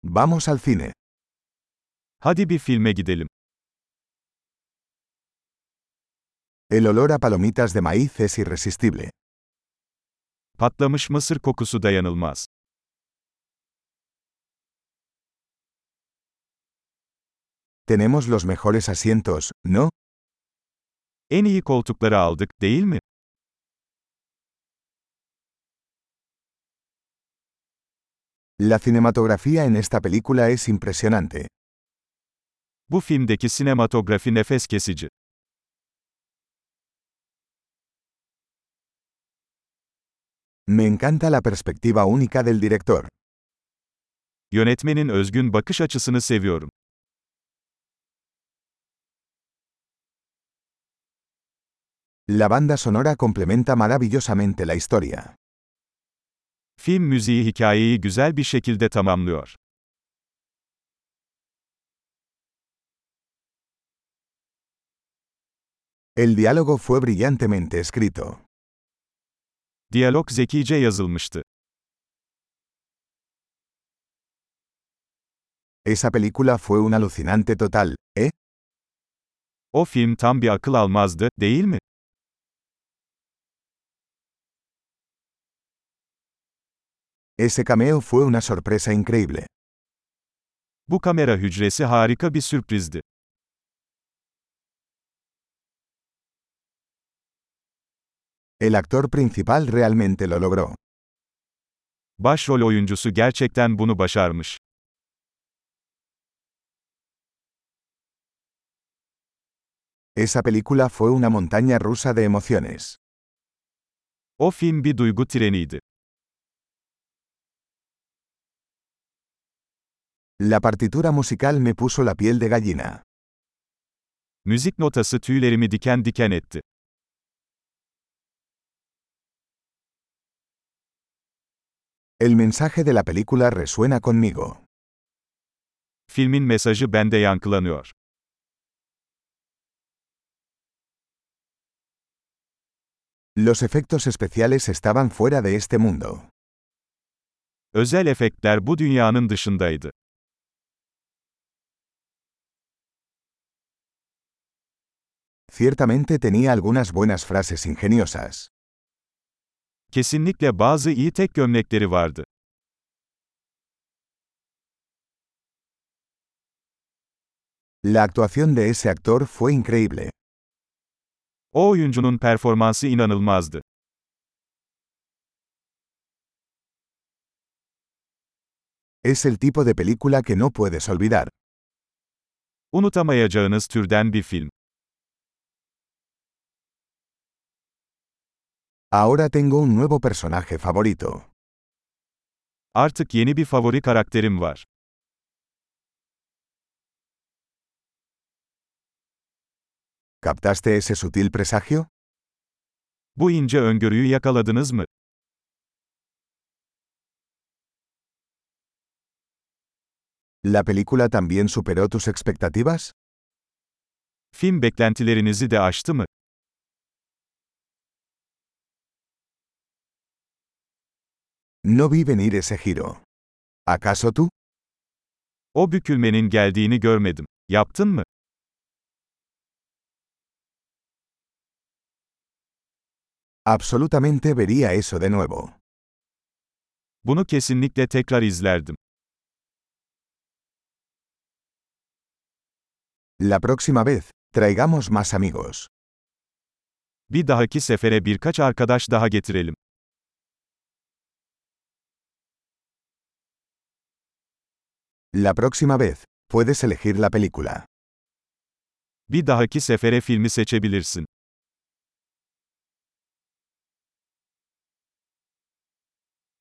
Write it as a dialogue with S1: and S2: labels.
S1: Vamos al cine.
S2: Hadi bir filme gidelim.
S1: El olor a palomitas de maíz es irresistible.
S2: Patlamış mısır kokusu dayanılmaz.
S1: Tenemos los mejores asientos, ¿no?
S2: En iyi koltukları aldık, değil mi?
S1: La cinematografía en esta película es impresionante.
S2: Bu filmdeki sinematografi nefes kesici.
S1: Me encanta la perspectiva única del director.
S2: Yönetmenin özgün bakış açısını seviyorum.
S1: La banda sonora complementa maravillosamente la historia.
S2: Film müziği hikayeyi güzel bir şekilde tamamlıyor.
S1: El diálogo fue brillantemente escrito.
S2: Diyalog zekice yazılmıştı.
S1: Esa película fue un alucinante total, ¿eh?
S2: O film tam bir akıl almazdı, değil mi?
S1: Ese cameo fue una sorpresa increíble.
S2: Bu kamera hücresi harika bir sürprizdi.
S1: El actor principal realmente lo logró.
S2: Başrol oyuncusu gerçekten bunu başarmış.
S1: Esa película fue una montaña rusa de emociones.
S2: O film bir duygu treniydi.
S1: La partitura musical me puso la piel de gallina.
S2: Müzik notası tüylerimi diken diken etti.
S1: El mensaje de la película resuena conmigo.
S2: Filmin mesajı bende yankılanıyor.
S1: Los efectos especiales estaban fuera de este mundo.
S2: Özel efektler bu dünyanın dışındaydı.
S1: Ciertamente tenía algunas buenas frases ingeniosas.
S2: Kesinlikle bazı iyi tek gömlekleri vardı.
S1: La actuación de ese actor fue increíble.
S2: O oyuncunun performansı inanılmazdı.
S1: Es el tipo de película que no puedes olvidar.
S2: Unutamayacağınız türden bir film.
S1: Ahora tengo un nuevo personaje favorito.
S2: Artık yeni bir favori karakterim var.
S1: ¿Captaste ese sutil presagio?
S2: Bu ince öngörüyü yakaladınız mı?
S1: ¿La película también superó tus expectativas?
S2: Film beklentilerinizi de aştı mı?
S1: No vi venir ese giro. ¿Acaso tú?
S2: O bükülmenin geldiğini görmedim. Yaptın mı?
S1: Absolutamente vería eso de nuevo.
S2: Bunu kesinlikle tekrar izlerdim.
S1: La próxima vez, traigamos más amigos.
S2: Bir dahaki sefere birkaç arkadaş daha getirelim.
S1: La próxima vez, puedes elegir la película.
S2: Bir dahaki sefere filmi seçebilirsin.